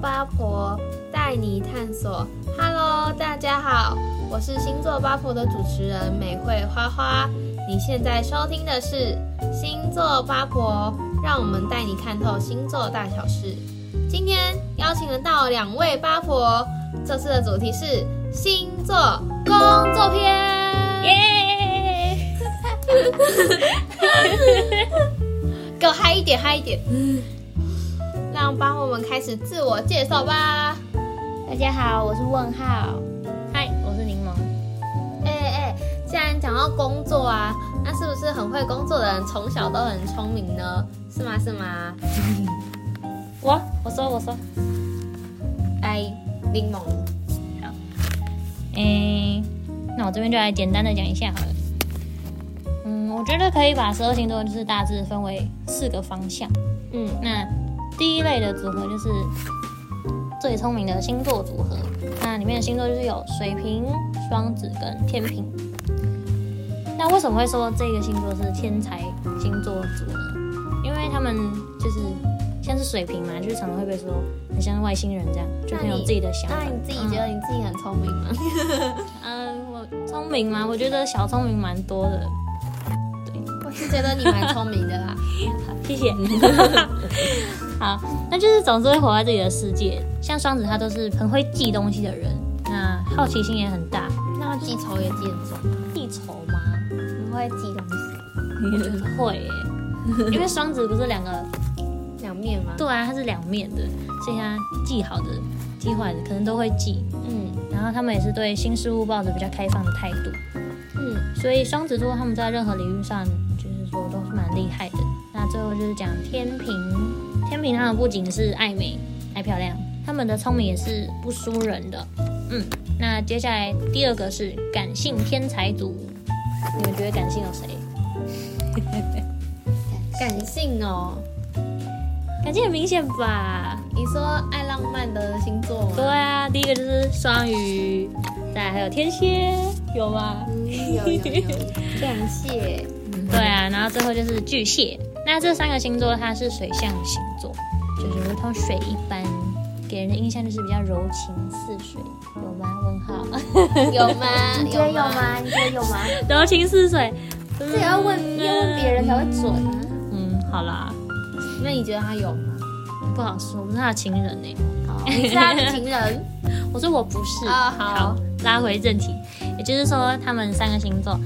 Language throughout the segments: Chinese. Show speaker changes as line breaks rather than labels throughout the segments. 八婆带你探索。Hello，大家好，我是星座八婆的主持人美惠花花。你现在收听的是星座八婆，让我们带你看透星座大小事。今天邀请得到两位八婆，这次的主题是星座工作篇。
耶！
给我嗨一点，嗨一点。让帮我们开始自我介绍吧。
大家好，我是问号。嗨，我是柠檬。
哎哎，既然讲到工作啊，那是不是很会工作的人从小都很聪明呢？是吗？是吗？
我我说我说，
来，哎柠檬，
诶、那我这边就来简单的讲一下好了。嗯，我觉得可以把十二星座就是大致分为四个方向。
嗯
那第一类的组合就是最聪明的星座组合，那里面的星座就是有水瓶、双子跟天平。那为什么会说这个星座是天才星座组呢？因为他们就是像是水瓶嘛，就是常常会被说很像外星人这样，就很有自己的想法。
那你自己觉得你自己很聪明吗？
嗯，嗯，我聪明吗？我觉得小聪明蛮多的。
我是觉得你蛮聪明的 啦。
好，谢谢。好，那就是总是会活在自己的世界。像双子，他都是很会记东西的人，那好奇心也很大。
那记仇也记很重吗，
记仇吗？
你会记东西，
我觉得会耶、因为双子不是两个，
两面吗？
对啊，它是两面的，所以他记好的、记坏的可能都会记。
嗯
然后他们也是对新事物抱着比较开放的态度。
嗯，
所以双子座他们在任何领域上，就是说都是蛮厉害的。那最后就是讲天平，天平他们不仅是爱美、爱漂亮，他们的聪明也是不输人的。嗯，那接下来第二个是感性天才组，你们觉得感性有谁？
感性哦。
感性很明显吧？
你说爱浪漫的星座吗？
对啊，第一个就是双鱼，再来还有天蝎，有吗？
嗯，有有有，感谢。
对啊，然后最后就是巨蟹。那这三个星座它是水象星座，就是如同水一般，给人的印象就是比较柔情似水，有吗？问号，
有吗？
你觉得有？吗？你觉得有吗？
柔情似水，
这也要
嗯
问，要问别人才会准啊。
嗯，好啦，
那你觉得他有 吗？
不好说，我不是他的情人欸呢、
你是他的情人？
我说我不是。
啊好
拉回正题，也就是说，他们三个星座，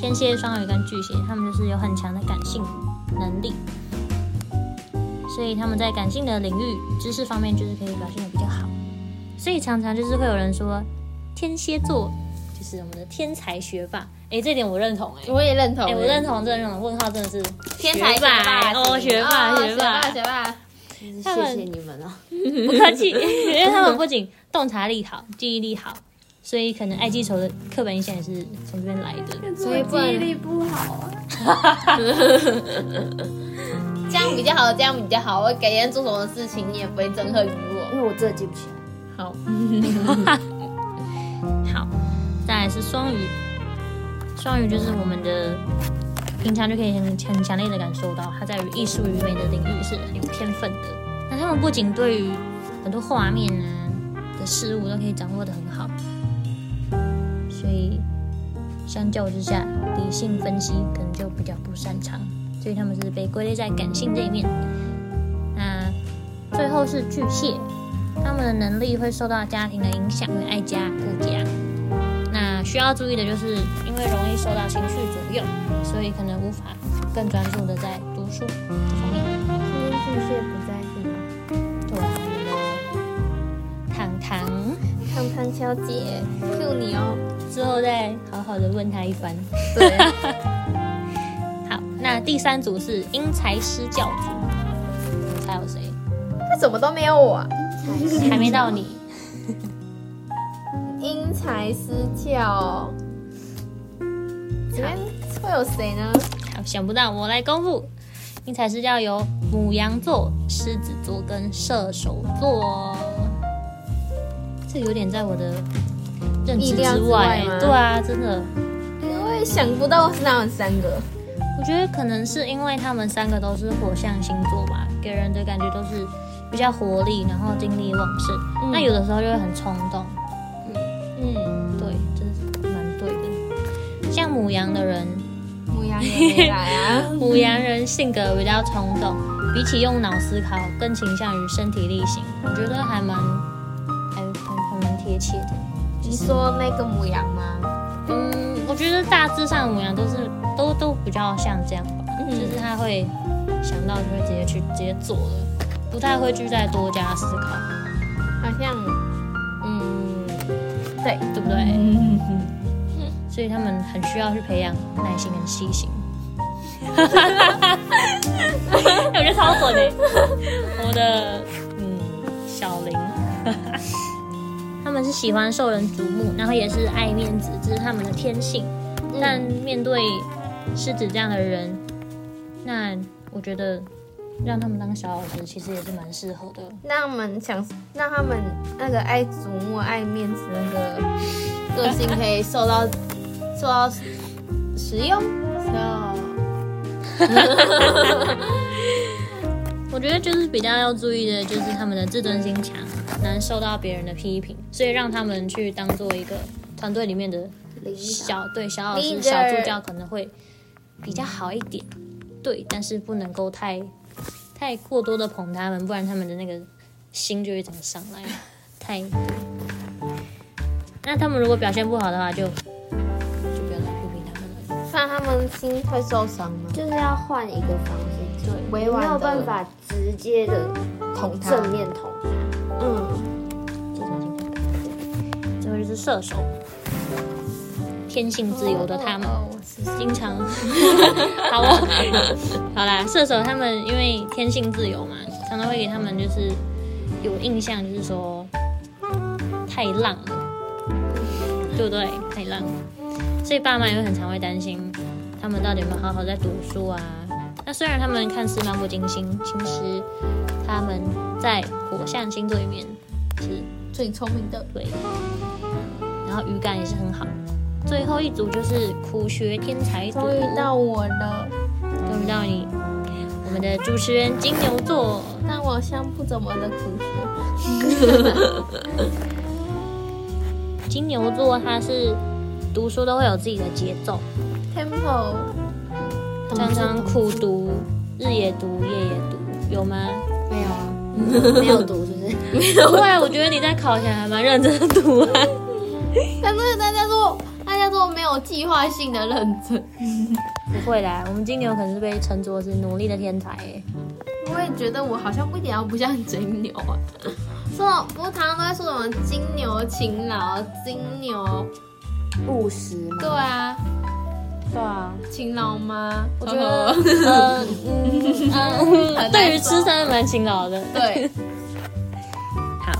天蝎、双鱼跟巨蟹，他们就是有很强的感性能力，所以他们在感性的领域、知识方面，就是可以表现的比较好。所以常常就是会有人说，天蝎座就是我们的天才学霸。哎、这点我认同哎、
我也认同
哎、我认同，真的认同。问号真的是
天才
学霸哦学霸
哦
学霸
学霸。
他
谢
们
谢你们哦。
不客气，因为他们不仅洞察力好，记忆力好，所以可能爱记仇的刻板印象也是从这边来的。
所以不能
记忆力不好啊。
这样比较好，这样比较好。我改天做什么事情，你也不会憎恨于我。
因为我真的记不起来。
好， 好，再来是双鱼，双鱼就是我们的平常就可以很很强烈的感受到，他在于艺术与美的领域是很有天分的。那他们不仅对于很多画面啊的事物都可以掌握的很好，所以相较之下，理性分析可能就比较不擅长，所以他们是被归类在感性这一面。那最后是巨蟹，他们的能力会受到家庭的影响，会爱家顾家。那需要注意的就是，因为容易受到情绪左右，所以可能无法更专注的在读书这方面。
今天巨蟹不在是吗？
对啊，我们的糖糖
胖胖小姐，Q 你哦。
之后再好好的问他一番。
对，
好，那第三组是因材施教组，你猜有谁？
他怎么都没有我啊？
还没到你，
因材施教，里面会有谁呢？
好，想不到我来公布。因材施教有母羊座、狮子座跟射手座哦，这有点在我的认知
意料
之
之
外
外。吗
对啊，真的，
我也想不到是他们三个。
我觉得可能是因为他们三个都是火象星座吧，给人的感觉都是比较活力，然后精力旺盛。
嗯
那有的时候就会很冲动，
嗯，
对，这是蛮对的。像母羊的人，。
母羊也没来啊
母羊人性格比较冲动，比起用脑思考，更倾向于身体力行。我觉得还蛮还还还蛮贴切的。
你说那个母羊吗？
嗯，我觉得大致上母羊都是都都比较像这样吧，
嗯
就是他会想到就会直接去直接做了，不太会去再多加思考，
好像，嗯，对，
对不对？所以他们很需要去培养耐心跟细心。我觉得超准的，我的嗯小林，他们是喜欢受人瞩目，然后也是爱面子，这是他们的天性。但面对狮子这样的人，那我觉得让他们当小老师其实也是蛮适合的。
让我们想让他们那个爱瞩目、爱面子那个个性可以受到受到使用，受到
我觉得就是比较要注意的，就是他们的自尊心强，难受到别人的批评，所以让他们去当做一个团队里面的
领导
小对小老师、
Leader
小助教可能会比较好一点。对，但是不能够太太过多的捧他们，不然他们的那个心就会整个上来，太。那他们如果表现不好的话，就就不要再批评他们了。
让他们心会受伤吗？
就是要换一个方式，对，
委婉
没
地
有办法直接的
捅他
正面捅他。
嗯，
最后就是射手，天性自由的他们。
哦我是
经 常，好哦，好啦，射手他们因为天性自由嘛，常常会给他们就是有印象，就是说太浪了，对不对？太浪了，所以爸妈也会很常会担心他们到底有没有好好在读书啊。那虽然他们看似漫不经心，其实他们在火象星座里面是
最聪明的，
对，然后语感也是很好。最后一组就是苦学天才组，
终于到我了，
终于到你，我们的主持人金牛座。
但我好像不怎么的苦学，
金牛座他是读书都会有自己的节奏，
tempo 哦
常常苦读，日也读，夜也读，有 吗？
没有啊， 没有读是不是？
不会，啊我觉得你在考前还蛮认真的读啊。
但是大家说，大家说没有计划性的认真，
不会啦，我们金牛可能是被称作是努力的天才欸
我也觉得我好像一点都不像金牛啊。说，我常常都在说什么金牛勤劳，金牛，
务实嘛，
对啊，
对啊，
勤劳吗？
我觉得，呃，嗯，呃
很难
对于
说
吃真的蛮勤劳的。
对，
好，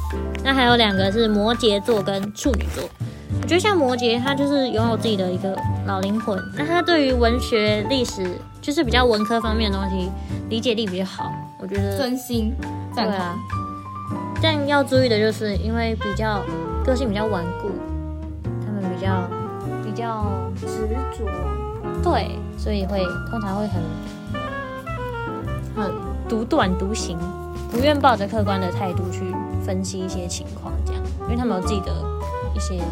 那还有两个是摩羯座跟处女座。我觉得像摩羯，他就是拥有自己的一个老灵魂。那他对于文学、历史，就是比较文科方面的东西，理解力比较好。我觉得
真心
对
赞同。
啊。但要注意的就是，因为比较个性比较顽固，他们比较比较
执着，
对，所以会通常会很
很
独断独行，不愿抱着客观的态度去分析一些情况，这样，因为他们有自己的一些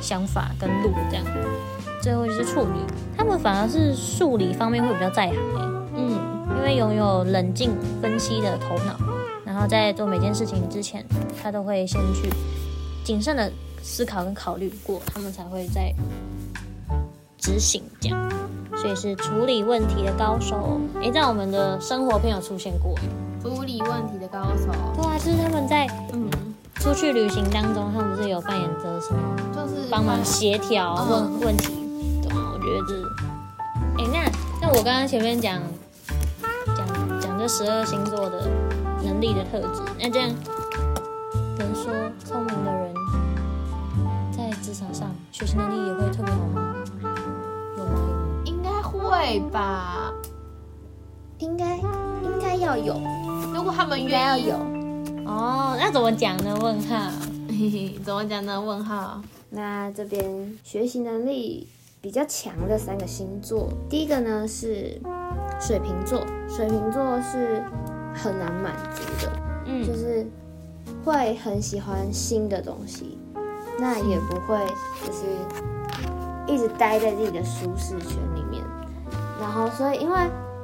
想法跟路，这样。最后就是处女，他们反而是数理方面会比较在行、欸、
嗯，
因为拥有冷静分析的头脑，然后在做每件事情之前，他都会先去谨慎的思考跟考虑过，他们才会再执行这样。所以是处理问题的高手哦，诶，在我们的生活片有出现过欸。
处理问题的高手，
对啊，就是他们在
嗯，
出去旅行当中，他们不是有扮演着什么
就是
帮忙协调问问题，对啊，我觉得这，哎、那那我刚刚前面讲讲讲这十二星座的能力的特质，那这样，能说聪明的人在职场上学习能力也会特别好吗？有吗？
应该会吧。
应该应该要有，
如果他们
应该要
愿意，
有。
哦，那怎么讲呢？问号。
嘿嘿，怎么讲呢？问号，
那这边学习能力比较强的三个星座，第一个呢是水瓶座，水瓶座是很难满足的，
嗯
就是会很喜欢新的东西，那也不会就是一直待在自己的舒适圈里面。然后，所以因为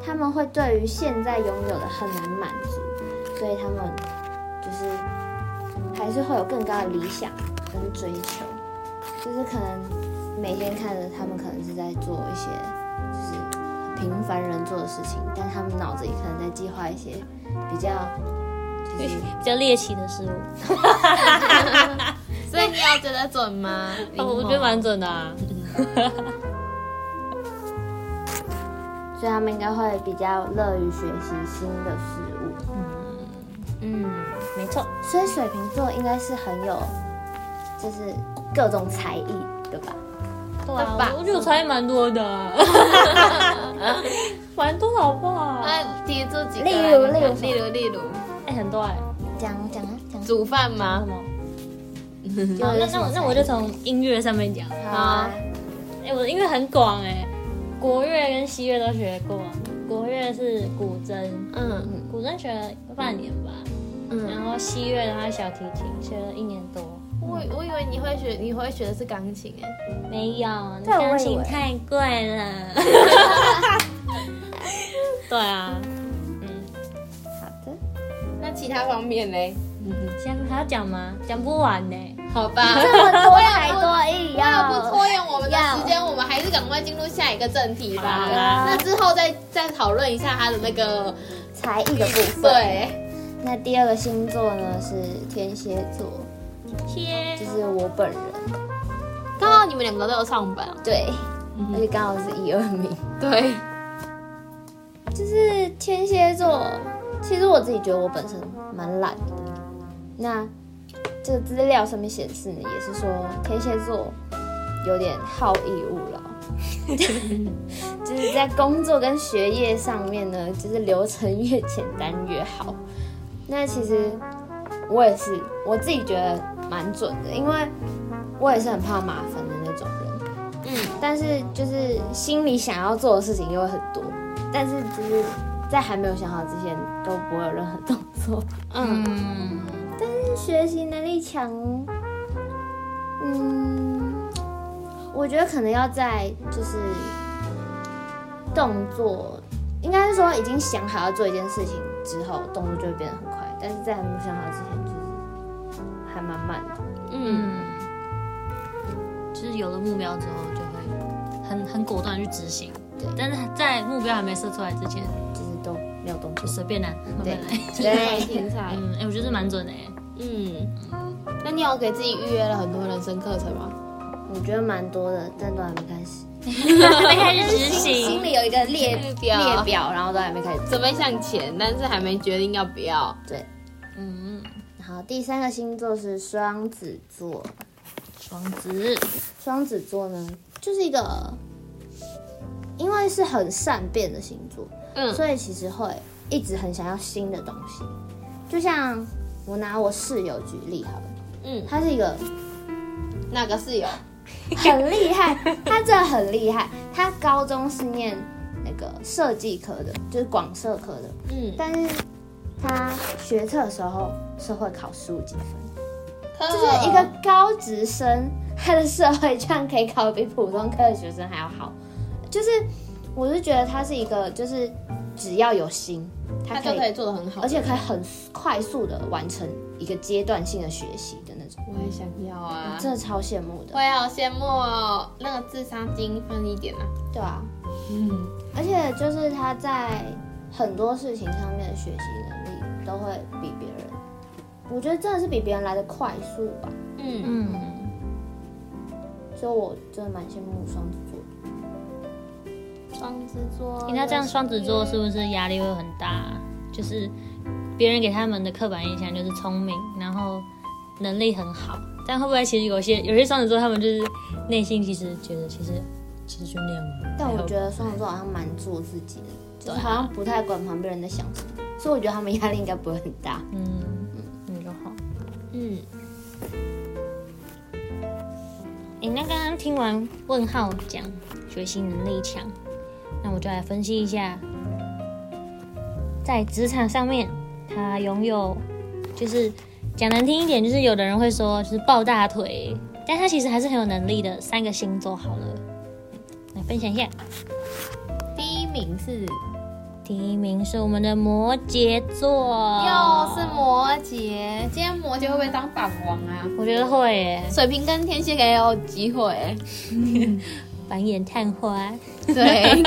他们会对于现在拥有的很难满足，所以他们就是还是会有更高的理想跟追求，就是可能每天看着他们可能是在做一些就是平凡人做的事情，但他们脑子里可能在计划一些比较就是
比较猎奇的事物。
所以你有觉得准吗？
哦，我觉得蛮准的啊。
所以他们应该会比较乐于学习新的事物。
嗯，没错。
所以水瓶座应该是很有，就是各种才艺的吧？
对
啊
啊，我觉得我猜蛮多的啊，蛮多的好不好？哎、
那提出几个
例
来
如
你看
例
例如，例如，
很多哎、
讲讲啊讲，
煮饭吗
什？么？
就
好，那
有
那
什么
我
才
那
艺
我就从音乐上面讲。
好啊，
哎、我的音乐很广哎、国乐跟西乐都学过。国乐是古筝，
嗯
古筝学了半年吧，然
嗯，
后西乐的话小提琴学了一年多。
我我以为你会学，你会学的是钢琴哎、
没有，
对我以为
钢琴太贵了。对啊，嗯，
好的，
那其他方面嘞？
这样还要讲吗？讲不完呢、
好吧，
这么多才多艺
为了不
要。
拖延我们的时间，我们还是赶快进入下一个正题吧。
好啦
那之后再再讨论一下他的那个
才艺的部分。
对，
那第二个星座呢是天蝎座，
天
就，是我本人，
刚好你们两个都有上班。
对，而且刚好是一二名。
对，
就是天蝎座，其实我自己觉得我本身蛮懒的。那这个资料上面显示呢，也是说天蝎座有点好逸恶劳， 就是在工作跟学业上面呢，就是流程越简单越好。那其实我也是，我自己觉得蛮准的，因为我也是很怕麻烦的那种人。
嗯，
但是就是心里想要做的事情又会很多，但是就是在还没有想好之前都不会有任何动作。
嗯，
学习能力强，嗯，我觉得可能要在就是动作，应该是说已经想好要做一件事情之后，动作就会变得很快，但是在还没有想好之前就是还蛮慢的。
嗯，就是有了目标之后，就会很很果断地去执行。
对
但是在目标还没设出来之前，
就是都没有动
就
作，
随便啦，慢慢来。
对，
天才。
嗯，哎、我觉得蛮准的 哎、
嗯，那你有给自己预约了很多人生课程吗？
我觉得蛮多的，但都还没开始。
没开始执
心心
行。
里有一个列
列表
列表，然后都还没开始做。
准备向前，但是还没决定要不要。
对，
嗯，
然后第三个星座是双子座，
双子，
双子座呢就是一个，因为是很善变的星座，
嗯
所以其实会一直很想要新的东西。就像我拿我室友举例好了，
嗯，
他是一个
那个室友？
很厉 害，他真的很厉害。他高中是念那个设计科的，就是广设科的，
嗯，
但是他学测的时候是会考十五几分，
就
就是一个高职生，他的社会居然可以考得比普通科的学生还要好，就是我是觉得他是一个就是只要有心，他
他
可
就
以，
可以做的很好，
而且可以很快速的完成一个阶段性的学习的那种，
我也想要啊。
真的超羡慕
我
的，
也好羡慕哦，那个智商精分一点啊。
对啊，
嗯，
而且就是他在很多事情上面的学习能力都会比别人，我觉得真的是比别人来的快速吧。
嗯，
嗯，
所以我真的蛮羡慕双子座的。
双子座
那这样双子座是不是压力会很大？啊就是别人给他们的刻板印象就是聪明，然后能力很好，但会不会其实有些有些双子座他们就是内心其实觉得其实其实就那样了。
但我
还好
觉得双子座好像蛮做自己的，
啊
就是好像不太管旁边人在想什么，所以我觉得他们压力应该不会很大。
嗯，那就好。
嗯，
诶，那刚刚听完问号讲学习能力强，那我就来分析一下，在职场上面他拥有就是讲难听一点，就是有的人会说就是抱大腿，但他其实还是很有能力的。三个星座好了，来分享一下。
第一名是
第一名是我们的摩羯座，
又是摩羯，今天摩羯会不会当榜王啊？
我觉得会耶，
水瓶跟天蝎也有机会，
繁衍探花。
对，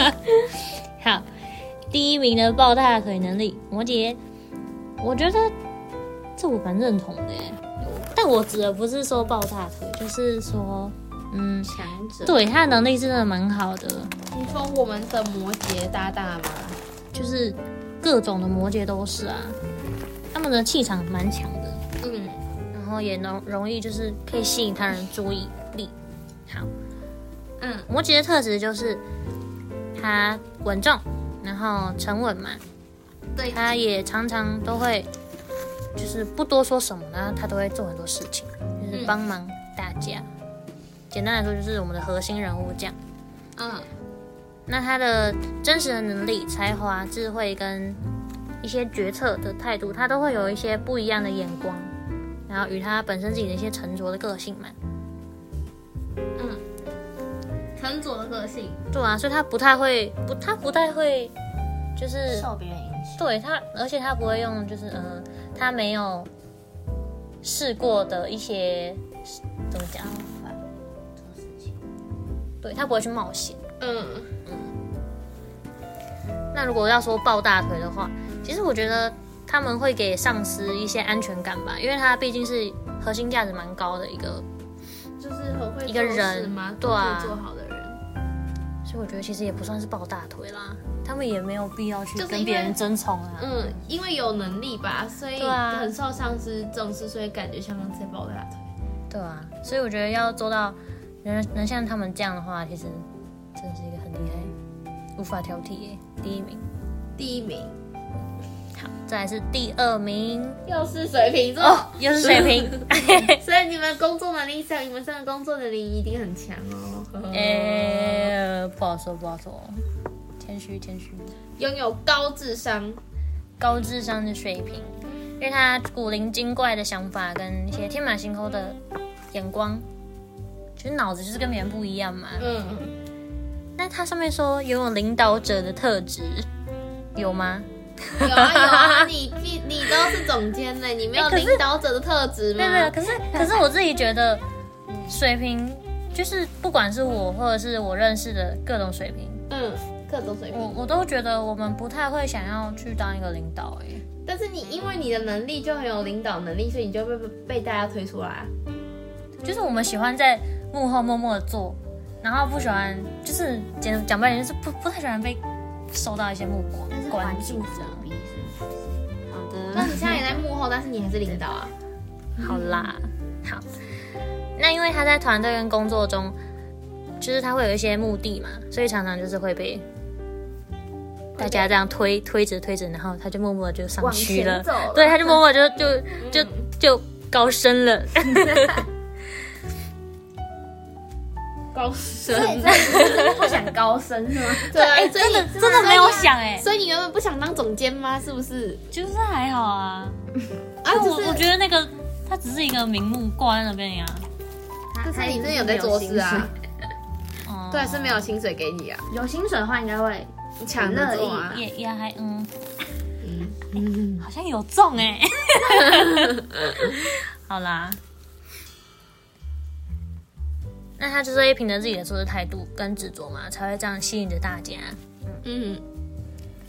好，第一名的抱大腿能力，摩羯，我觉得这我蛮认同的耶。但我指的不是说抱大腿，就是说，嗯，
强者，
对他的能力真的蛮好的，
你说我们的摩羯搭档吗？
就是各种的摩羯都是啊，他们的气场蛮强的，
嗯，
然后也容容易就是可以吸引他人注意力。好，
嗯，
摩羯的特质就是他稳重，然后沉稳嘛，
对，
他也常常都会，就是不多说什么，然后他都会做很多事情，就是帮忙大家。简单来说，就是我们的核心人物这样。
嗯，
那他的真实的能力、才华、智慧跟一些决策的态度，他都会有一些不一样的眼光，然后与他本身自己的一些沉着的个性嘛。
沉着的个性，
对啊，所以他不太会，不，他不太会，就是
受别人影响。
对他，而且他不会用，就是呃，他没有试过的一些怎么讲？对他不会去冒险。
嗯，
那如果要说抱大腿的话，其实我觉得他们会给上司一些安全感吧，因为他毕竟是核心价值蛮高的一个，
就是很会
一个
做事
人
吗？
对啊
做好的人，
所以我觉得其实也不算是抱大腿啦，他们也没有必要去
就是
跟
因
别
为
人争宠啊。
嗯，因为有能力吧，所以
对啊
很受上司重视，所以感觉像上司抱大腿。
对啊，所以我觉得要做到能能像他们这样的话，其实真是一个很厉害，无法挑剔耶，第一名。
第一名
好，再来是第二名
又是水瓶座，
哦，又是水瓶。
所以你们工作能力上，你们三个工作能力一定很强哦。
哎、不好说，不好说，谦虚谦虚。
拥有高智商，
高智商的水平，因为他古灵精怪的想法跟一些天马行空的眼光，其实脑子就是跟别人不一样嘛。
嗯，
那他上面说拥有领导者的特质，有吗？
有啊有啊，你你你都是总监呢，你没有
哎可是
领导者的特质吗？
对
啊
对，可是可是我自己觉得，嗯水平就是不管是我或者是我认识的各种水平，
嗯，各种水平。
我我都觉得我们不太会想要去当一个领导欸诶、
但是你因为你的能力就很有领导能力，所以你就被被大家推出来。啊
就是我们喜欢在幕后默默的做，然后不喜欢就是讲讲白点就是不不太喜欢被受到一些目光
但是
关
环
注。
境者逼是好
那
的，
你现在也在幕后，但是你还是领导啊。
好啦，好。那因为他在团队跟工作中，就是他会有一些目的嘛，所以常常就是会被大家这样推推着推着，然后他就默默地就上
往
去
前
了，
走了
对，他就默默地就
嗯
就就就高升了。
高升，
不想高升是吗？
对 啊，所以
哎真的
你
真的没有想哎、
所以你原本不想当总监吗？是不是？
就是还好啊。
啊，
我
就是
我觉得那个它只是一个名目挂在那边呀、
可是你真的有在做事啊？
哦
对，啊是没有薪水给你啊，
有薪水的话应该会
抢着做啊。
也也还嗯，好像有中哎、好啦，那他就是会凭着自己的做事态度跟执着嘛，才会这样吸引着大家。
嗯，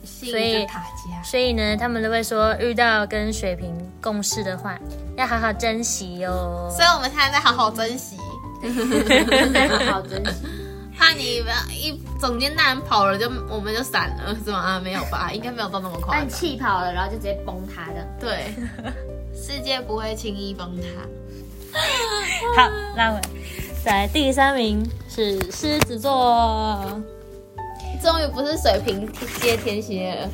所
所以
大家
所以呢，他们都会说，遇到跟水瓶共事的话，要好好珍惜哟、
所以我们现在在好好珍 惜，
好珍 惜。
怕你不要一总监大人跑了就我们就散了，是吗？啊，没有 吧，应该没有到那么
把
快吧。
你气跑了，然后就直接崩塌的。
对，世界不会轻易崩塌。
好，拉回来。再来第三名是狮子座，
终于不是水瓶接天蝎了，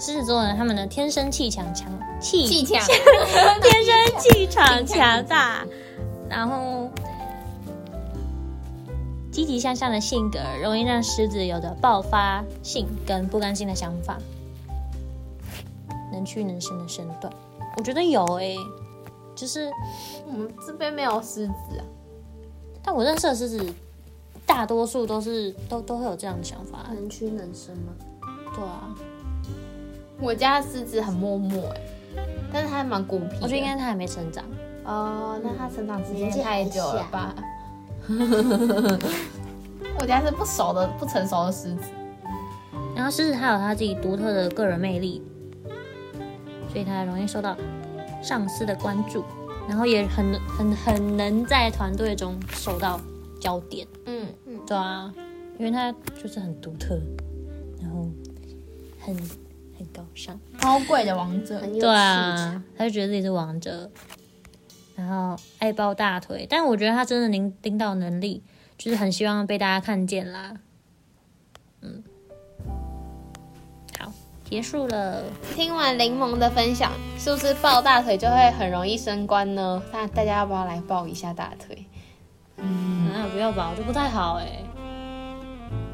狮子座呢，他们的天生气强强气
气强，
天生 气场强大，然后积极向上的性格，容易让狮子有着爆发性跟不甘心的想法。那能屈能伸的身段。我觉得有诶、就是
我们这边没有狮子啊，
但我认识的狮子，大多数都是都都会有这样的想法，
能屈能伸吗？
对啊，
我家的狮子很默默哎、但是它还蛮孤僻的。
我觉得应该他还没成长，
哦，那它成长时间
年纪
也太久
还
了
小
吧？ 我家是不熟的、不成熟的狮子，
然后狮子它有它自己独特的个人魅力，所以它容易受到上司的关注，然后也很很很能在团队中受到焦点。
嗯，
对啊，因为它就是很独特，然后很很高尚。
高贵的王者。
很有气
对
场。
啊，他就觉得自己是王者，然后爱抱大腿。但我觉得他真的领领导能力，就是很希望被大家看见啦。嗯，好，结束了。
听完柠檬的分享，是不是抱大腿就会很容易升官呢？那大家要不要来抱一下大腿？
啊，不要吧，我觉得不太好哎、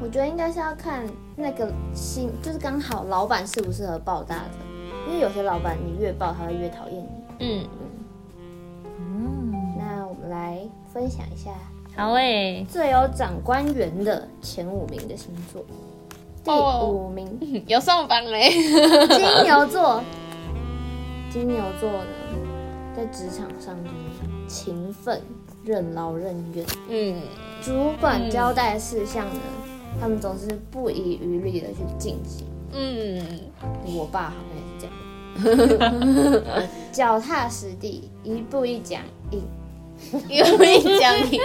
我觉得应该是要看那个心，就是刚好老板适不适合抱大腿，因为有些老板你越抱他会越讨厌你。
嗯，
嗯，
那我们来分享一下
好哎、
最有长官缘的前五名的星座。第
哦
五名，
有上榜嘞。
金牛座。金牛座呢，在职场上就是勤奋、任劳任怨，
嗯，
主管交代的事项呢，他们总是不遗余力的去进行。
嗯，
我爸好像也是这样，脚踏实地，一步一脚印，
因为讲你，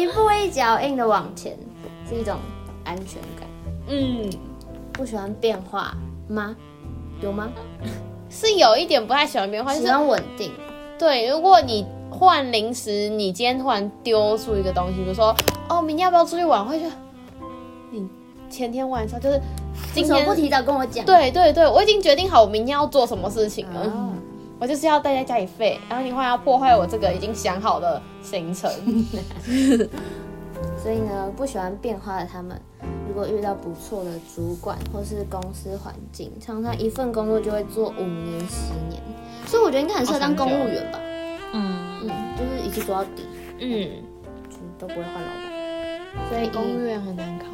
一步一脚印的往前，是一种安全感。
嗯，
不喜欢变化吗？有吗？
是有一点不太喜欢 变化，就
喜
是
欢稳定，
对，如果你换零食，你今天突然丢出一个东西，比如说哦，明天要不要出去玩？会觉得你前天晚上就是今
为什么
天
不提早跟我讲？
对对对，我已经决定好我明天要做什么事情了，
啊，
我就是要待在家里废，然后你忽然要破坏我这个已经想好的行 程，
所以呢，不喜欢变化的他们，如果遇到不错的主管或是公司环境，常常一份工作就会做五年、十年，所以我觉得应该很适合当公务员吧，
嗯
嗯，就是一次做到底，
嗯，
就都不会换老板。所以
公
以
务员很难考，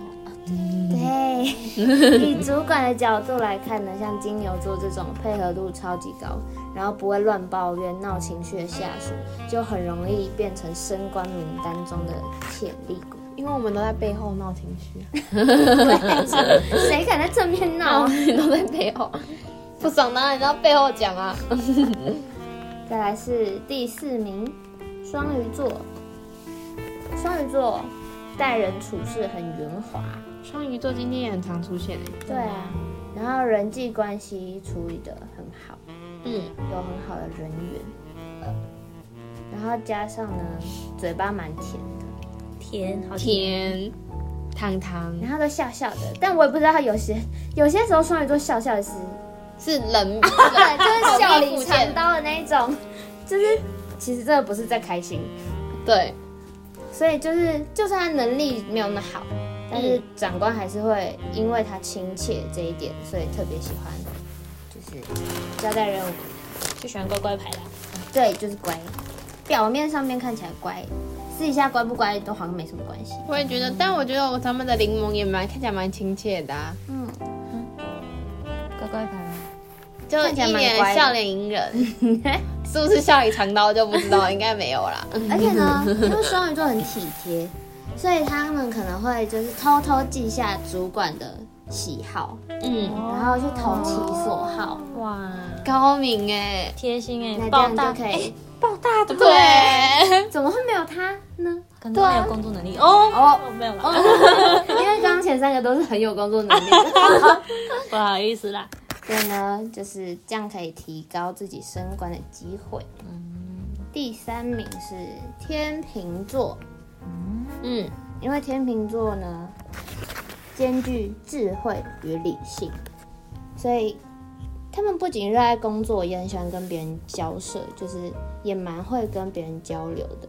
对，以主管的角度来看呢，像金牛座这种配合度超级高，然后不会乱抱怨、闹情绪的下属，就很容易变成升官名单中的潜力股。
因为我们都在背后闹情 绪，
谁敢在正面
那我
闹？啊
们哦都在背后，不爽当然要背后讲啊，
再来是第四名，双鱼座。双鱼座待人处事很圆滑，
双鱼座今天也很常出现哎、
对啊，然后人际关系处理的很好。
嗯。
有很好的人缘，然后加上呢，嘴巴蛮甜的，
甜，好甜。
甜糖糖
然后都笑笑的，但我也不知道他有些有些时候双鱼座笑笑的是，
是人，
对，就是笑
好
里
屁股
藏
见
刀的那一种，就是其实这个不是在开心，
对，
所以就是就算他能力没有那么好，但是长官还是会因为他亲切这一点，所以特别喜欢，就是交代任务，
就喜欢乖乖牌啦。
对，就是乖，表面上面看起来乖，私底下乖不乖都好像没什么关系。
我也觉得，但我觉得我他们的柠檬也蛮看起来蛮亲切的、啊，
嗯，
乖乖牌吗？
啊
就
看
一
起来蛮乖的
脸笑脸迎人， 是不是笑里藏刀就不知道，应该没有啦。
而且呢，因为双鱼座很体贴，所以他们可能会就是偷偷记下主管的喜好，
嗯，
然后去投其所好，
哦哇，
高明哎、
贴心哎、
那这
抱
样
大
就可 以。
抱大腿，
对，
怎么会没有他呢？
可能没有工作能力啊哦。
哦，
哦，没有啦。
因为刚刚前三个都是很有工作能力的，
不好意思啦。
所以呢，就是这样可以提高自己升官的机会。第三名是天秤座，
嗯，
因为天秤座呢，兼具智慧与理性，所以他们不仅热爱工作，也很喜欢跟别人交涉，就是也蛮会跟别人交流的。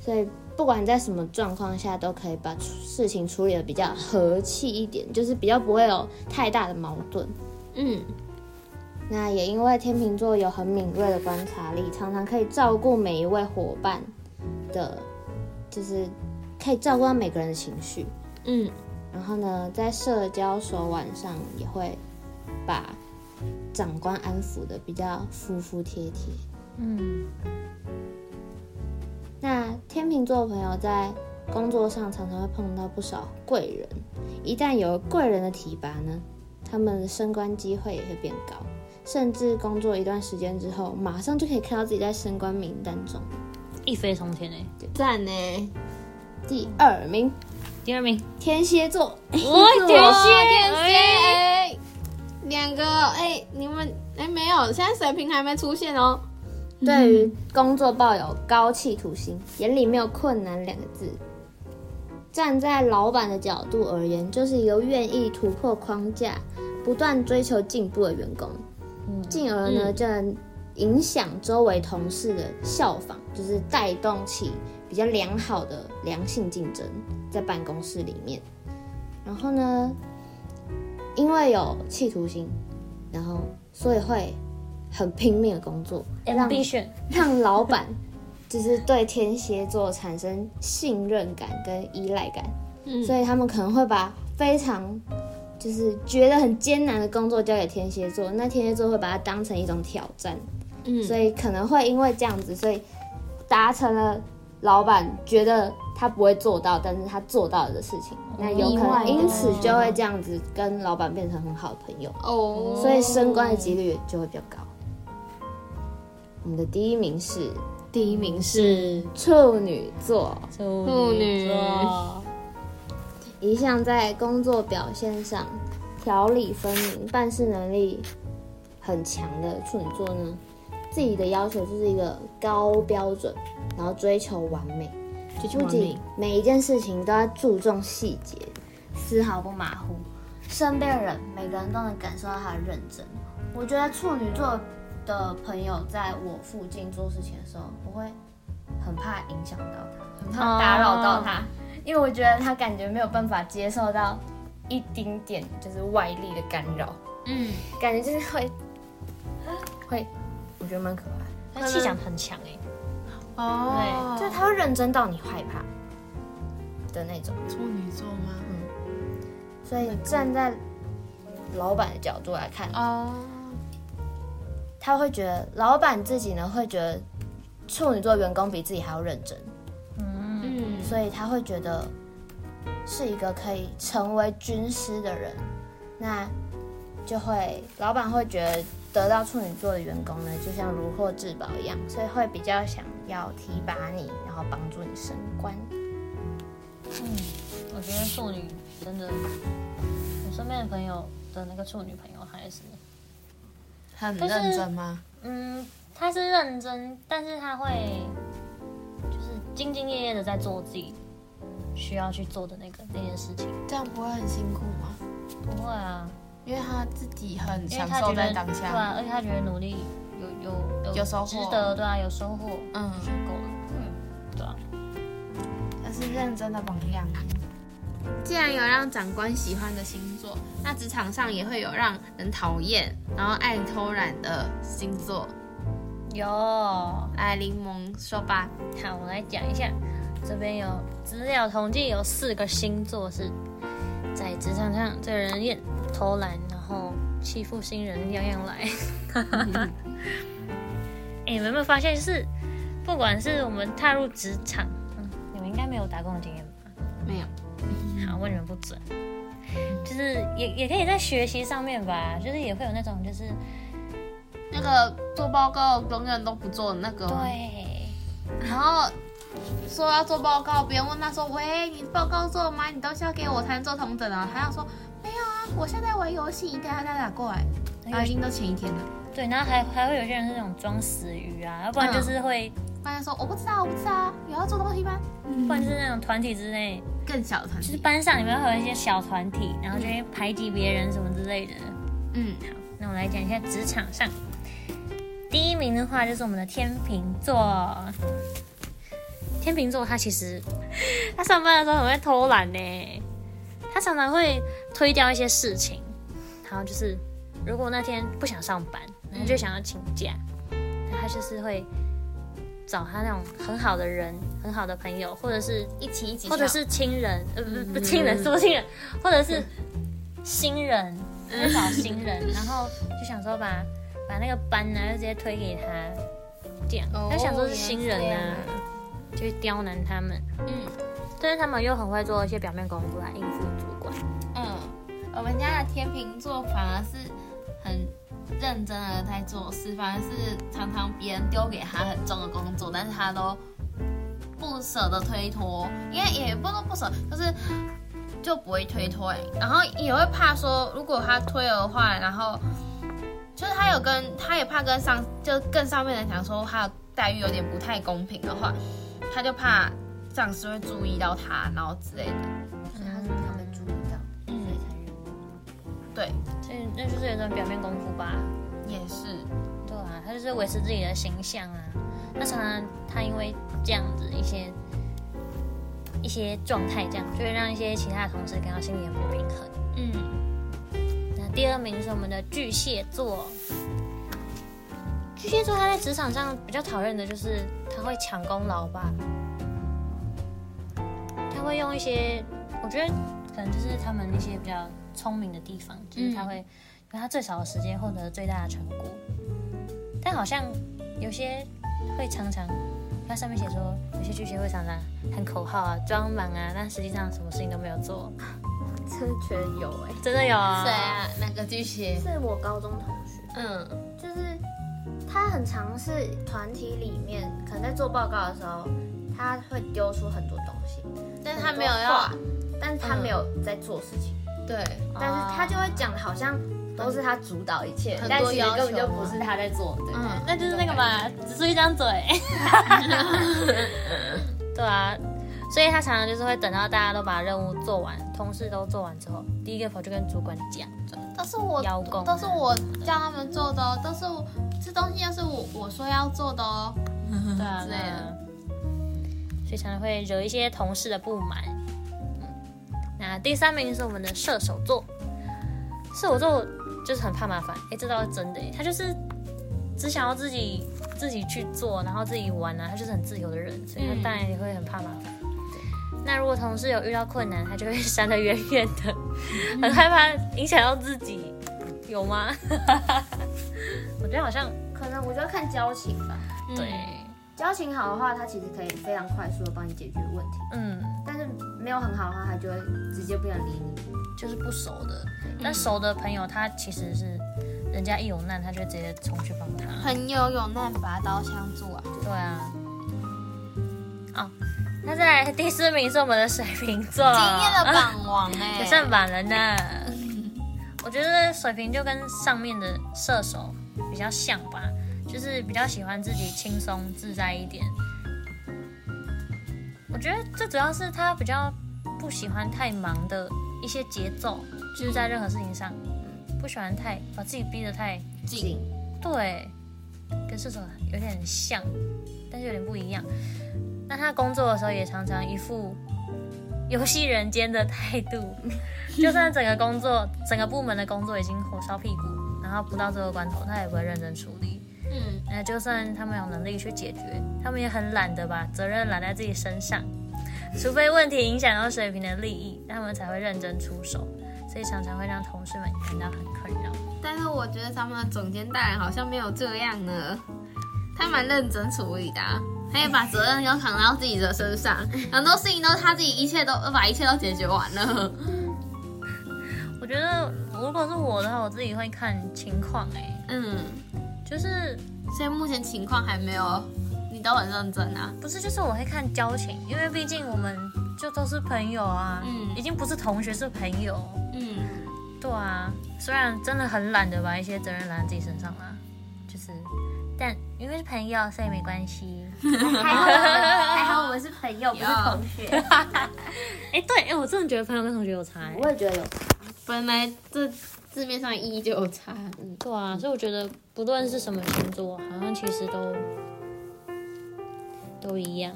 所以不管在什么状况下，都可以把处事情处理的比较和气一点，就是比较不会有太大的矛盾。
嗯，
那也因为天秤座有很敏锐的观察力，常常可以照顾每一位伙伴的，就是可以照顾到每个人的情绪。
嗯，
然后呢，在社交手腕上也会把长官安抚的比较服服帖帖。
嗯，
那天秤座的朋友在工作上常常会碰到不少贵人，一旦有贵人的提拔呢，他们的升官机会也会变高，甚至工作一段时间之后，马上就可以看到自己在升官名单中
一飞冲天哎！
赞呢，
第二名。
第二名，
天蝎座，
我天蝎，哎
哎，两个哎、你们哎、没有，现在水瓶还没出现哦。
嗯
对于工作抱有高企图心，眼里没有困难两个字。站在老板的角度而言，就是一个愿意突破框架、不断追求进步的员工，进而呢
嗯
就能影响周围同事的效仿，就是带动起比较良好的良性竞争在办公室里面。然后呢，因为有企图心，然后所以会很拼命的工作，让
，ambition，
让老板就是对天蝎座产生信任感跟依赖感，
嗯
所以他们可能会把非常就是觉得很艰难的工作交给天蝎座，那天蝎座会把它当成一种挑战，
嗯
所以可能会因为这样子，所以达成了老板觉得他不会做到，但是他做到的事情，那有可
意外
能
的
因此就会这样子跟老板变成很好的朋友，
哦，
所以升官的几率就会比较高。我们的第一名是
第一名是
是
处女座
处
女
座，
一向在工作表现上条理分明、办事能力很强的处女座呢，自己的要求就是一个高标准，然后追求完美，
就去
不
完
仅
美，
每一件事情都要注重细节，丝毫不马虎。身边的人，每个人都能感受到他的认真。我觉得处女座的朋友在我附近做事情的时候，我会很怕影响到他，很怕打扰到他，因为我觉得他感觉没有办法接受到一丁点就是外力的干扰，
嗯，
感觉就是会 会，我觉得蛮可怕
他
的。
气场很强哎，
哦，
就是他会认真到你害怕的那种。
处女座吗？
所以站在老板的角度来看，
哦，
他会觉得老板自己呢会觉得处女座员工比自己还要认真，
嗯，
嗯，
所以他会觉得是一个可以成为军师的人，那就会老板会觉得得到处女座的员工呢，就像如获至宝一样，所以会比较想要提拔你，然后帮助你升官。
嗯我觉得处女真的，我身边的朋友的那个处女朋友还是，
他很
但是
认真吗？
嗯，他是认真，但是他会就是兢兢业业的在做自己需要去做的那个那件事情。
这样不会很辛苦吗？
不会啊，
因为他自己很
因为
享
他
受
觉
在
得
当
对
下，
啊，而且他觉得努力有有有
有收获
值得对啊，有收获，
嗯
就够了，嗯，对啊，
他是认真的榜样。既然有让长官喜欢的星座，那职场上也会有让人讨厌，然后爱偷懒的星座。
有。好，
来，柠檬说吧。
我来讲一下，这边有资料统计，有四个星座是在职场上最惹人厌、偷懒，然后欺负新人，样样来。 哎、你们有没有发现是，不管是我们踏入职场，嗯，你们应该没有打工的经验吧？
没有，
好，问你们不准，就是也也可以在学习上面吧，就是也会有那种就是
那个做报告永远都不做的那个，，
对，
然后说要做报告，别人问他说：“喂，你报告做了吗？你都是要给我才能做同等啊。”他要说：“没有啊，我现在玩游戏，你等一下再打过来。”然后已经都前一天了。
对，然后还还会有些人是那种装死鱼啊，要不然就是会，
不然就说：“我不知道，我不知道啊，有要做东西吗
不然就是那种团体之内，？”
更小的团
就是
体，
班上里面会有一些小团体，然后就会排挤别人什么之类的。
嗯，
那我来讲一下职场上，第一名的话就是我们的天秤座。天秤座他其实他上班的时候很会偷懒呢，他常常会推掉一些事情，然后就是如果那天不想上班，然后就想要请假，那他就是会找他那种很好的人、很好的朋友，或者是
一起一起
或者
唱
是亲人，呃，不不亲人，什么亲人，或者是新人，很少新人，然后就想说把把那个班呢、啊就直接推给他，这样，
哦
他想说是新人
原
呢、
来
就会刁难他们，
嗯
但是他们又很会做一些表面功夫来应付主管，
嗯，我们家的天秤座反而是很认真的在做事，反而是常常别人丢给他很重的工作，但是他都不舍得推脱，因为也不是说不舍，就是就不会推脱、然后也会怕说，如果他推了的话，然后就是他有跟他也怕跟上就更上面的人讲说他的待遇有点不太公平的话，他就怕上司会注意到他，然后之类的。
嗯
嗯
所以他是他们注意到，所以才认为
对，
所以嗯那就是有一种表面功夫吧，
也是。
对啊，他就是维持自己的形象啊。那常常他因为这样子一些一些状态，这样就会让一些其他的同事感到心里很不平衡。
嗯。
那第二名是我们的巨蟹座，巨蟹座他在职场上比较讨厌的就是他会抢功劳吧，他会用一些，我觉得可能就是他们一些比较聪明的地方，
嗯
就是他会用他最少的时间获得最大的成果，但好像有些会常常。它上面写说，有些巨蟹会常常喊口号啊、装忙啊，但实际上什么事情都没有做，
嗯真的觉得有哎、
真的有啊？
谁啊？哪个巨蟹？
是我高中同学，
嗯
就是他很尝试团体里面，可能在做报告的时候，他会丢出很多东西，
但是他没有要
很，嗯但是他没有在做事情，
对，
但是他就会讲得好像都是他主导一切
很，
但
多
其实根本
要求
就
啊
不是他在做，对。
嗯，
那就是那个嘛，只是一张嘴。 对啊，所以他常常就是会等到大家都把任务做完，同事都做完之后，第一个跑去跟主管讲，
都是我
邀功啊
都是我叫他们做的哦，都是我这东西要是我我说要做的哦，
对啊
之类的。
所以常常会惹一些同事的不满。嗯那第三名是我们的射手座，射手座就是很怕麻烦，哎，这倒是真的诶，他就是只想要自己自己去做，然后自己玩啊，他就是很自由的人，所以他
嗯
当然也会很怕麻烦。那如果同事有遇到困难，他就会闪得远远的，
嗯
很害怕影响到自己，有吗？ 我觉得好像
可能我觉得看交情吧，
嗯
对，
交情好的话，他其实可以非常快速的帮你解决问题，
嗯，
但是没有很好的话，他就会直接不想理你。
就是不熟的，
嗯
但熟的朋友他其实是人家一有难，他就直接冲去帮他。
朋友有难拔刀相助啊，
对啊，哦，那再来第四名是我们的水瓶座，
今天的榜王哎，
也算满了呢。我觉得水瓶就跟上面的射手比较像吧，就是比较喜欢自己轻松自在一点。我觉得最主要是他比较不喜欢太忙的一些节奏，就是在任何事情上，不喜欢太把自己逼得太
紧，
对，跟射手有点像，但是有点不一样。那他工作的时候也常常一副游戏人间的态度，就算整个工作、整个部门的工作已经火烧屁股，然后不到最后关头，他也不会认真处理。
嗯，
那就算他们有能力去解决，他们也很懒得把责任揽在自己身上，除非问题影响到水平的利益，他们才会认真出手。所以常常会让同事们感到很困扰。
但是我觉得他们的总监大人好像没有这样呢，他蛮认真处理的啊、他也把责任都扛到自己的身 上，很多事情都是他自己一切都把一切都解决完了。
我觉得如果是我的话，我自己会看情况哎、
嗯，
就是
所以目前情况还没有，你都很认真啊。
不是就是我会看交情，因为毕竟我们就都是朋友啊，
嗯
已经不是同学是朋友，
嗯，
对啊，虽然真的很懒得把一些责任揽在自己身上啦，就是但因为是朋友，所以没关 系。
还好我们，还好我们是朋友，不是
有
同 学。
哎、对，哎、我真的觉得朋友跟同学有差、欸，
我也觉得有
本来这字面上意义就有差。嗯，
对啊，所以我觉得不论是什么星座，好像其实都都一样。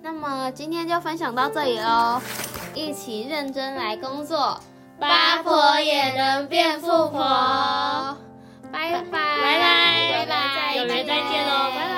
那么今天就分享到这里喽，一起认真来工作，八婆也能变富婆。拜拜，拜拜，拜拜，
有缘再见哦拜拜。